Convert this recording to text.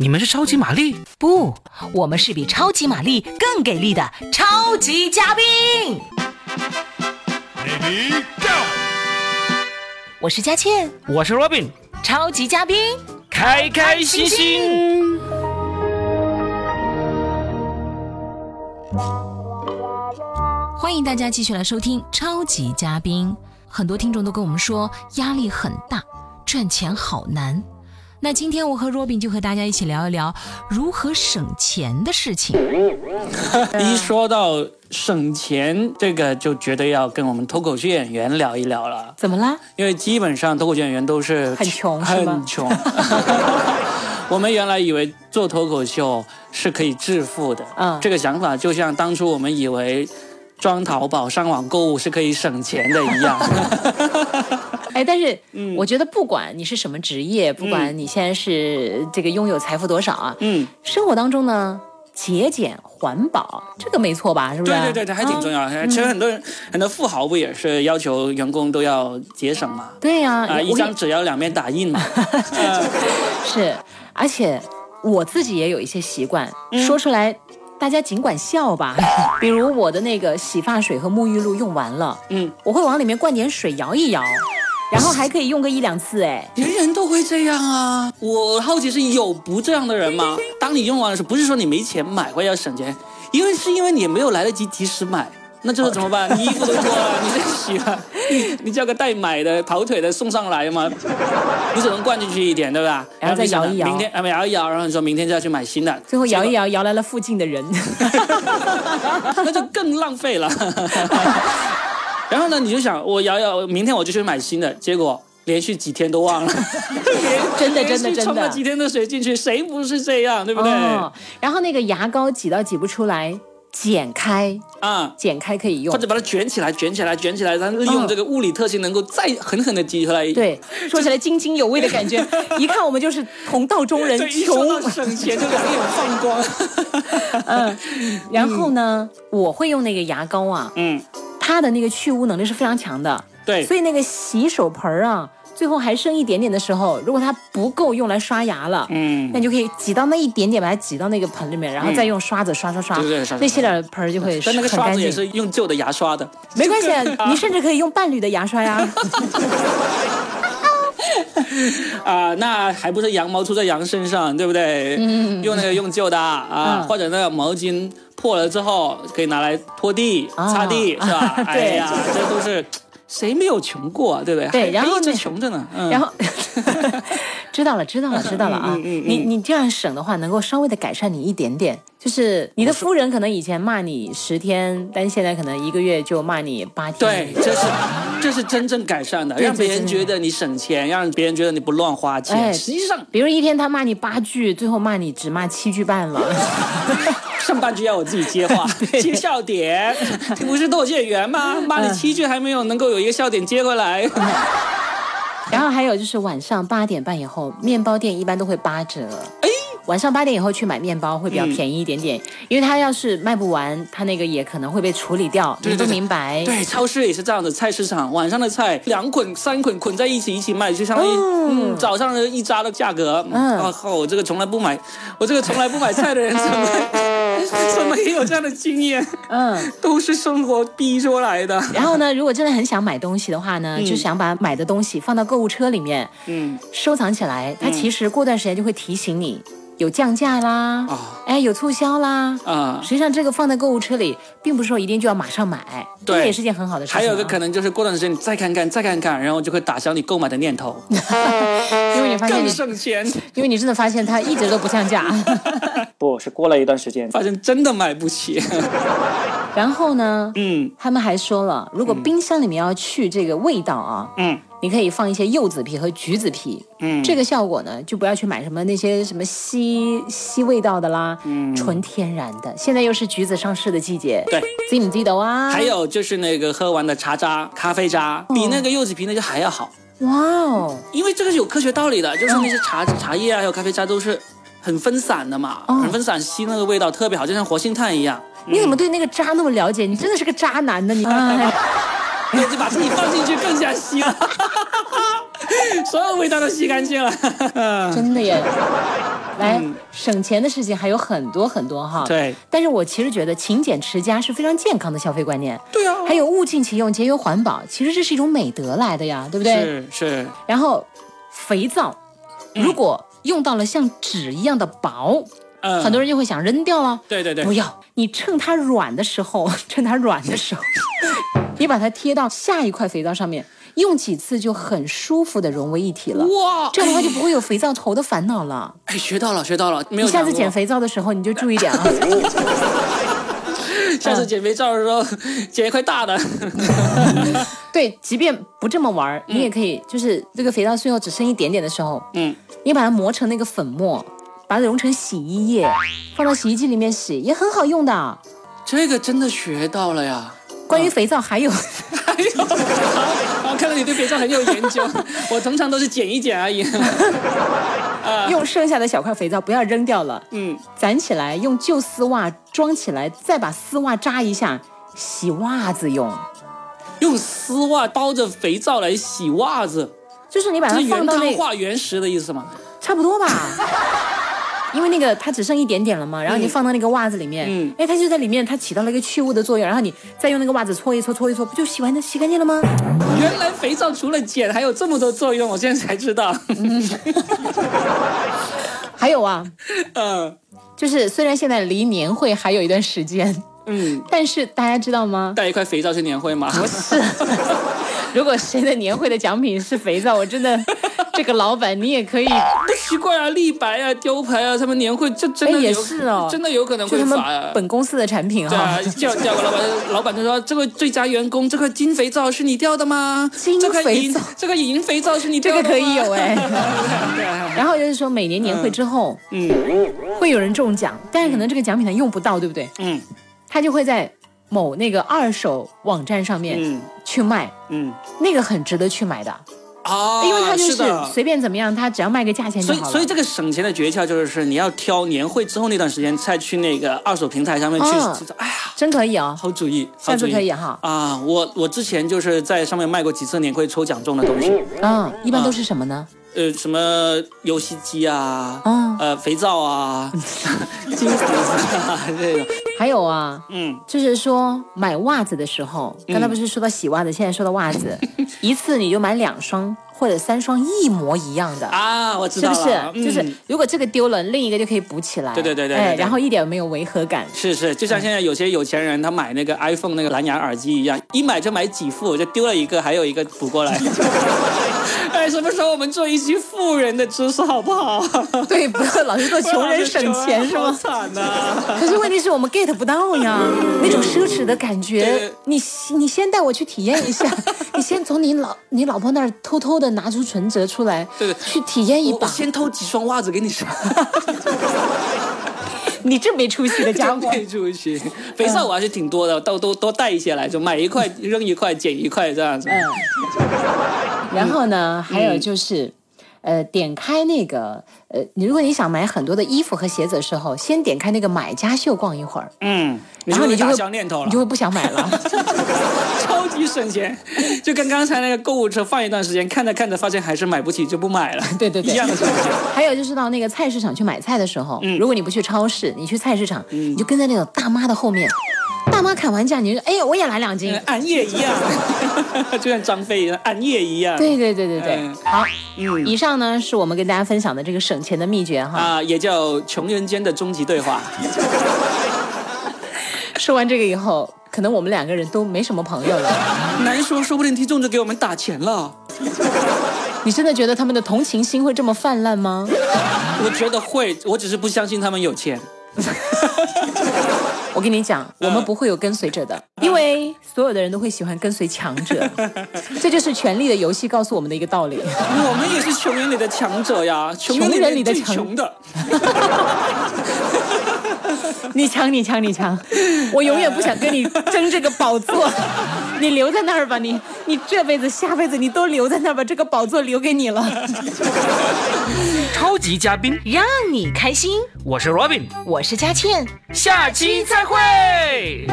你们是超级玛丽？不，我们是比超级玛丽更给力的超级嘉宾。 Ready go！我是佳倩，我是 Robin，超级嘉宾。开开心心。欢迎大家继续来收听《超级嘉宾》。很多听众都跟我们说压力很大，赚钱好难。那今天我和 Robin 就和大家一起聊一聊如何省钱的事情。嗯一说到省钱，这个就绝对要跟我们脱口秀演员聊一聊了，怎么啦？因为基本上脱口秀演员都是很穷是吗 很穷。我们原来以为做脱口秀是可以致富的，嗯这个想法就像当初我们以为装淘宝、上网购物是可以省钱的 一样。哎，但是我觉得不管你是什么职业，不管你现在是这个拥有财富多少啊，嗯，生活当中呢，节俭环保这个没错吧？是不是？对对对对，还挺重啊要的。其实很多人、很多富豪不也是要求员工都要节省嘛？对呀、啊，一我嗯张也纸要两面打印嘛。是，而且我自己也有一些习惯，嗯说出来。大家尽管笑吧， 比如我的那个洗发水和沐浴露用完了，嗯，我会往里面灌点水摇一摇，然后还可以用个一两次，哎，人人都会这样啊！我好奇是有不这样的人吗？当你用完的时候，不是说你没钱买或者要省钱，因为是因为你也没有来得及及时买，那就是怎么哦办？你衣服都 脱了，你再洗啊，你你叫个代买的跑腿的送上来嘛，你只能灌进去一点，对吧？然后再摇一摇明天啊摇一摇，然后你说明天就要去买新的，最后摇一摇，摇，摇来了附近的人。 那就更浪 费了。然后呢，你就想我摇一摇，明天我就去买新的，结果连续几天都忘了。 真的连真的续真冲了的几。天的水进去，谁不是这样， 对不对？哦，然后那个牙膏挤到挤不出来，剪开，啊。剪开可以用或。者把它卷起来，卷起来，卷起来，然后利用这个物理特性，能够再狠狠的挤出来。 对，说起来津津有味的感觉，一看我们就是同道中人对，，一说穷到。省钱就两眼 放光。然后呢，我会用那个牙膏啊，嗯，它的那个去污能力是非常强的，对，所以那个洗手盆儿啊，最后还剩一点点的时候，如果它不够用来刷牙了，嗯那，你就可以挤到那一点点，把它挤到那个盆里面，然后再用刷子刷刷刷，对对对刷刷那些点盆儿就会但那个很刷干子也净。是用旧的牙刷的，没关系啊这个，啊你甚至可以用伴侣的牙刷呀。啊，那还不是羊毛出在羊身上，对不对？嗯，用那个用旧的啊，嗯或者那个毛巾破了之后可以拿来拖地、啊擦地，是吧？ 对哎呀，这都是谁没有穷过啊，对不对？对还然后还一直呢穷着呢，嗯 然后 知道了，知道了，知道了啊！嗯嗯嗯你你这样省的话，能够稍微的改善你一点点。就是你的夫人可能以前骂你十天，但现在可能一个月就骂你八对天。，这是这是真正改善的，对让别人对对觉得你省钱，让别人觉得你不乱花钱。哎实际上 比如一天他骂你八句，最后骂你只骂七句半 了。上半句要我自己接话， 接笑点， 你不是逗演员吗？骂嗯你七句还没有能够有一个笑点接回来，然后还有就是晚上八点半以后，面包店一般都会八折。哎晚上八点以后去买面包会比较便宜一点点，因为他要是卖不完，他那个也可能会被处理掉。对对你对都明白。对，超市也是这样的，菜市场晚上的菜两捆三捆捆在一起一起卖，就相当于、嗯早上的一扎的价格。嗯嗯，靠，我这个从来不买，我这个从来不买菜的 人怎么怎么也有这样的经验？ 嗯。都是生活逼出来的。然后呢，如果真的很想买东西的话呢，就想把买的东西放到购物车里面， 嗯，收藏起来。它其实过段时间就会提醒你有降价啦，啊哎，有促销啦。啊、实际上，这个放在购物车里，并不是说一定就要马上买，对这也是件很好的事情、啊还有一个可能，能就是过段时间你再看看，再看看，然后就会打消你购买的念 头，因为你发现更你，省钱。因为你真的发现它一直都不降 价。不是过了一段时间，发现真的买不起。然后呢，嗯他们还说了，如果冰箱里面要去这个味道啊，嗯你可以放一些柚子皮和橘子皮，嗯，这个效果呢，就不要去买什么那些什么西西味道的啦，纯天然的。现在又是橘子上市的季节，嗯对，记唔记得啊？还有就是那个喝完的茶渣、咖啡渣，比那个柚子皮那就还要好。哇哦，因为这个是有科学道理的，就是嗯那些茶茶叶啊，还有咖啡渣都是很分散的嘛，嗯很分散，吸那个味道特别好，就像活性炭一 样。你怎么对那个渣那么了解？你真的是个渣男呢！你，哎啊 对，就把自己放进去更想吸了，所有味道都吸干净了。真的耶。来嗯省钱的事情还有很多很多哈。对，但是我其实觉得勤俭持家是非常健康的消费观念，对啊，还有物尽其用、节约环保，其实这是一种美德来的呀，对不对？是是，然后，肥皂如果用到了像纸一样的薄，嗯，很多人人就会想扔掉了。对对对不，要，你趁它软的时候， 趁它软的时候， 你把它贴到下一块肥皂上面，用几次就很舒服的融为一体了。哇，这样的话就不会有肥皂头的烦恼了。哎，学到了学到了，没你有下次想过捡，肥皂的时候你就注意点啊。嗯下次减肥照的时候 捡一块大的，对，即便不这么玩儿，你也可以，就是这个肥皂最后只剩一点点的时候，嗯，你把它磨成那个粉末，把它融成洗衣液，放到洗衣机里面洗，也很好用的。这个真的学到 了呀。关嗯于肥皂还有。哎呦， 好，看来你对肥皂很有研究。我通常都是剪一剪而已。 用剩下的小块肥皂不要扔掉了，嗯，攒起来，用旧丝袜装起来，再把丝袜扎一下，洗袜子用。用丝袜包着肥皂来洗袜子，就是你把这它是啊放原到汤那，化原食的意思吗？差不 多吧。因为那个它只剩一点点了嘛，然后你放到那个袜子里面，嗯哎，它就在里面，它起到了一个去污的作用，然后你再用那个袜子搓一搓，搓一搓，不就洗完的洗干净了吗？原来肥皂除了碱还有这么多作用，我现在才知道。嗯还有啊， 嗯就是虽然现在离年会还有一段时间，嗯，但是大家知道吗？带一块肥皂去年会吗？ 不是， 如果谁的年会的奖品是肥皂，我真的这个老板你也 可以奇怪啊，立白啊、雕牌啊，他们年会这真的哎也有是哦真的有可能就会他罚们啊。本公司的产品对哈啊，。叫叫个老板，老板就说：“这位最佳员工，这块金肥皂是你掉的吗？金这块肥银皂，这个银肥皂是你这掉的个吗？可以有哎、对啊然后就是说每年年会之后，嗯会有人中奖，但是可能这个奖品他用不到，对不对？ 嗯他就会在某那个二手网站上面嗯去卖，嗯，那个很值得去买的，啊，因为他就是的随便怎么样，他只要卖个价钱就所以好，了。所以这个省钱的诀窍就是，你要挑年会之后那段时间再去那个二手平台上面去嗯去找。哎呀，真可以哦，好主意，下好主次意可以哈。啊！我我之前就是在上面卖过几次年会抽奖中的东西，嗯，一般都是什么呢？呃，什么游戏机啊，嗯呃，肥 皂啊， 金子啊这种，还有啊，嗯，就是说买袜子的时候，刚才不是说到洗袜子，现在说到袜 子，一次你就买两双或者三双一模一样的。啊，我知是道不了，是？就是嗯如果这个丢了，另一个就可以补起来。对对对对对哎，对然后一点没有违和感。是是，就像现在有些有钱人他买那个嗯 iPhone 那个蓝牙耳机一样，一买就买几副，就丢了一个，还有一个补 过来。哎，什么时候我们做一期富人的知识好不好？对，不要老是做 穷人省钱是 好吗？惨啊呐、可是问题是我们 get 不到呀，那种奢侈的感嗯对觉，你你先带我去体验一 下，你先从你老你老婆那儿偷偷的拿出存折出来，对对去体验 一我我把。先偷几双袜子给你穿，你这没出息的家 就伙，配出去。嗯肥皂我还是挺多的，到都多带一些来，就买一块扔一块，捡一块这样嗯子。嗯然后呢，还有就是，呃，点开那个，呃，你如果你想买很多的衣服和鞋子的时候，先点开那个买家秀逛一会儿，嗯，你然是后不你是就打会消念头了你就？会不想买了。 超级省钱，就跟刚才那个购物车放一段时间，看着看着发现还是买不起，就不买了。 对对对一样的东西。还有就是到那个菜市场去买菜的时候，如果你不去超市，你去菜市场，你就跟在那种大妈的后面，大妈砍完价，你就说，哎，我也来两斤跟。暗夜嗯一样，就像张飞一样，暗夜一样。对对对对对嗯，好，嗯，以上呢是我们跟大家分享的这个省钱的秘诀哈。啊，也叫穷人间的终极对话。说完这个以后，可能我们两个人都没什么朋友了。难说，说不定听众就给我们打钱了。你真的觉得他们的同情心会这么泛滥吗？我觉得会，我只是不相信他们有钱。我跟你讲，我们不会有跟随者的，因为所有的人都会喜欢跟随强者，这就是《权力的游戏》告诉我们的一个道理。我们也是穷人里的强者呀，穷人穷人里的最强穷的。你强，你强，你强！我永远不想跟你争这个宝座，你留在那儿吧，你你这辈子、下辈子你都留在那儿吧，这个宝座留给你了。超级嘉宾，让你开心。我是 Robin，我是佳倩。下期再会。